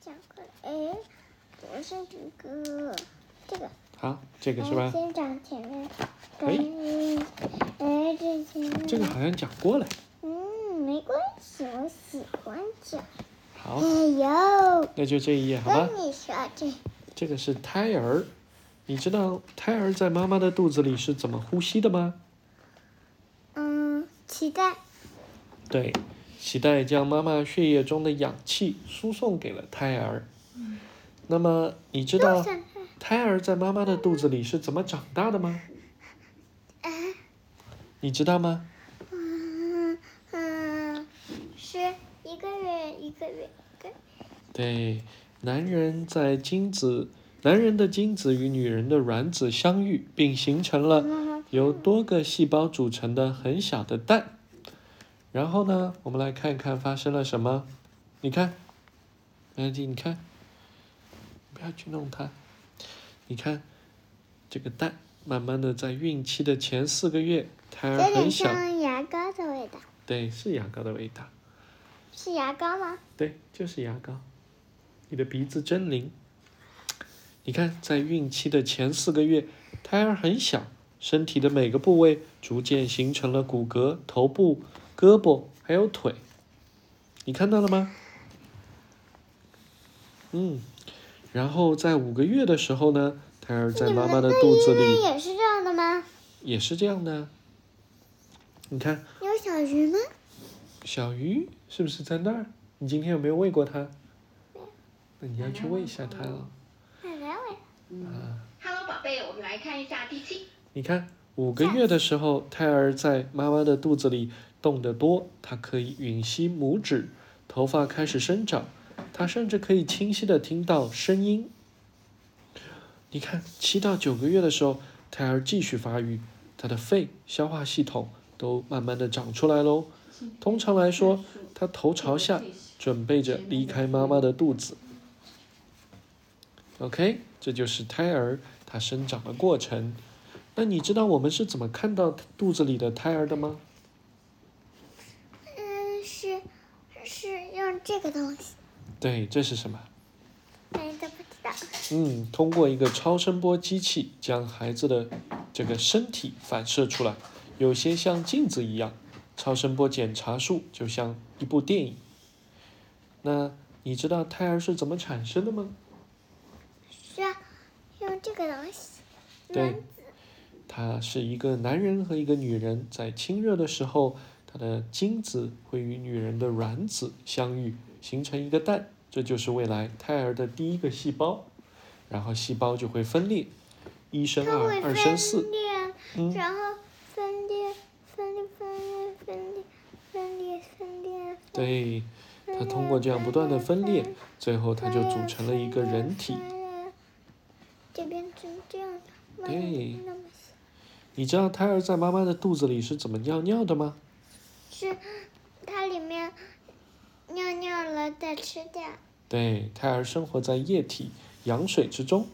巧克力，哎，不是这个，这个。好，这个是吧？先讲前面。可以以。哎，这前面。这个好像讲过了。嗯，没关系，我喜欢讲。好哎，呦，那就这一页好吧跟？你说这，这个是胎儿，你知道胎儿在妈妈的肚子里是怎么呼吸的吗？嗯，脐带，对，脐带将妈妈血液中的氧气输送给了胎儿。那么你知我道想胎儿在妈妈的肚子里是怎么长大的吗？哎，你知道吗？嗯嗯，是一个人一个人一个人，对，男人在精子，男人的精子与女人的卵子相遇，并形成了嗯由多个细胞组成的很小的蛋。然后呢，我们来看看发生了什么。你看，安迪，你看，不要去弄它。你看，这个蛋慢慢的在孕期的前四个月，胎儿有点很小，像牙膏的味道，对，是牙膏的味道，是牙膏吗？对，就是牙膏。你的鼻子真灵。你看，在孕期的前四个月，胎儿很小，身体的每个部位逐渐形成了骨骼、头部、胳膊还有腿。你看到了吗？嗯，然后在五个月的时候呢，胎儿在你妈们妈的肚那子里也是这样的吗？也是这样的啊。你看，有小鱼吗？小鱼是不是在那儿？你今天有没有喂过它？那你要去喂一下它哦。奶奶喂。 Hello，宝贝，我们来看一下第七你看，五个月的时候，胎儿在妈妈的肚子里动得多，它可以吮吸拇指，头发开始生长，它甚至可以清晰地听到声音。你看，七到九个月的时候，胎儿继续发育，它的肺、消化系统都慢慢地长出来喽。通常来说，它头朝下，准备着离开妈妈的肚子。OK，这就是胎儿它生长的过程。那你知道我们是怎么看到肚子里的胎儿的吗？嗯，是是用这个东西，对，这是什么？哎，都不知道。嗯，通过一个超声波机器将孩子的这个身体反射出来，有些像镜子一样。超声波检查术就像一部电影。那你知道胎儿是怎么产生的吗？是啊，用这个东西。对嗯，它是一个男人和一个女人在亲热的时候，它的精子会与女人的卵子相遇，形成一个蛋，这就是未来胎儿的第一个细胞，然后细胞就会分裂，一生它二，会二生四分，裂，嗯然后分裂，分裂，分裂，分裂，分裂，分裂。对，分它裂通过这样不断的分裂，分裂最后它就组成了一个人体。分裂就变成这样，慢慢对慢慢细你知道胎儿在妈妈的肚子里是怎么尿尿的吗？是它里面尿尿了再吃掉。对，胎儿生活在液体羊水之中，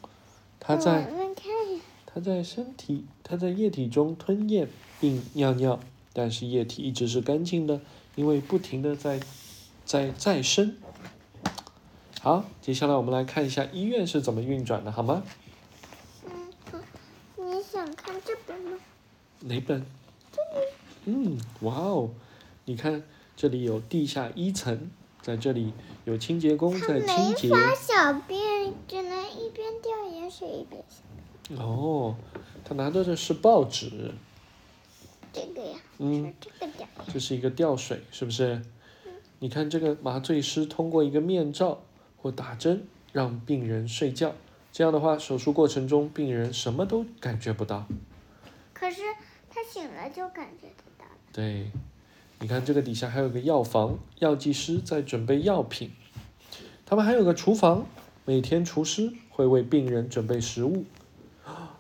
它那在。嗯我们看一下，它在身体，它在液体中吞咽并尿尿，但是液体一直是干净的，因为不停的在在再生。好，接下来我们来看一下医院是怎么运转的，好吗？嗯，好你想看这本吗？哪本？嗯，哇哦，你看这里有地下一层，在这里有清洁工它在没清洁。法小便，只能一边掉盐水一边洗哦，他拿着的是报纸，这个呀，嗯是这个点儿。这是一个吊水，是不是？你看这个麻醉师通过一个面罩或打针让病人睡觉，这样的话，手术过程中病人什么都感觉不到。可是他醒了就感觉得到了。对，你看这个底下还有个药房，药剂师在准备药品，他们还有个厨房，每天厨师会为病人准备食物。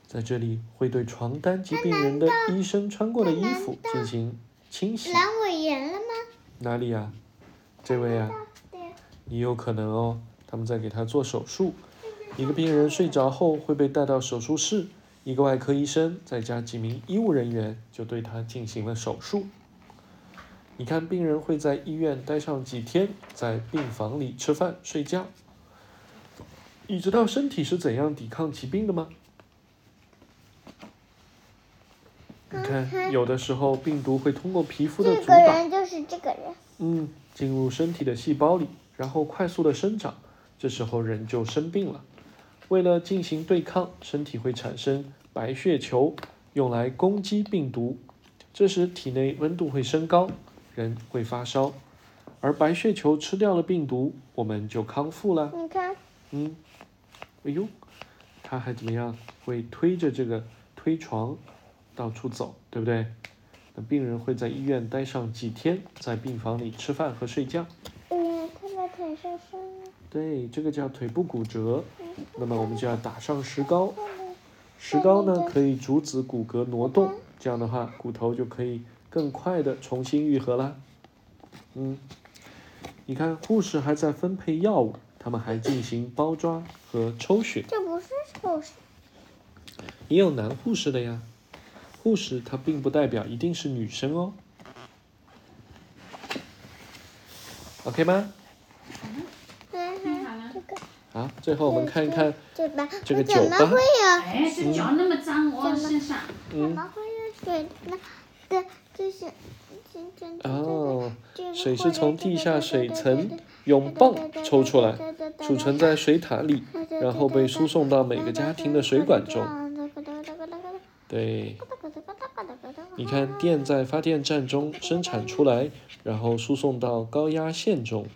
在这里会对床单及病人的医生穿过的衣服进行清洗。阑尾炎了吗？哪里呀、这位啊呀、对呀，也有可能哦，他们在给他做手术。一个病人睡着后会被带到手术室，一个外科医生再加几名医务人员就对他进行了手术。你看，病人会在医院待上几天，在病房里吃饭睡觉。你知道身体是怎样抵抗疾病的吗？你看，有的时候病毒会通过皮肤的嗯这阻个挡，人就是这个人，嗯，进入身体的细胞里，然后快速的生长，这时候人就生病了。为了进行对抗，身体会产生白血球，用来攻击病毒。这时体内温度会升高，人会发烧，而白血球吃掉了病毒，我们就康复了。你看，嗯，哎呦，他还怎么样？会推着这个推床到处走，对不对？那病人会在医院待上几天，在病房里吃饭和睡觉。嗯，他的腿受伤了，对，这个叫腿部骨折。那么我们就要打上石膏。看了，石膏呢可以阻止骨骼挪动，这样的话骨头就可以更快的重新愈合啦。嗯，你看护士还在分配药物，他们还进行包抓和抽血。这不是受伤，也有男护士的呀。护士她并不代表一定是女生哦。OK 吗？嗯听好了哼，这个，好，最后我们看一看，对吧？这个我怎么酒吧会有？哎，这脚那么脏，我身上。怎嗯，么会有水呢？对，就是，这这这哦，这个水或者是从这地个下这水个层这个用泵抽出来，储存在水塔里，然后被输送到每个家庭的水管中。。对，你看，电在发电站中生产出来，然后输送到高压线中，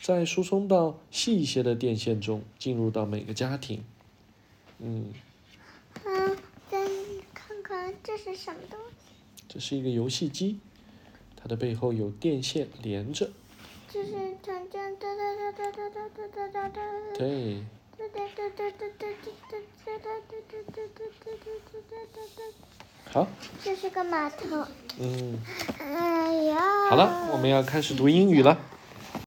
再输送到细一些的电线中，进入到每个家庭。嗯，嗯，再看看这是什么东西？这是一个游戏机，它的背后有电线连着。就是长这样哒哒哒哒哒哒哒哒哒哒哒对，哒哒哒哒哒哒哒哒哒哒哒哒哒哒哒。好，这是个码头。嗯，哎呀！好了，我们要开始读英语了。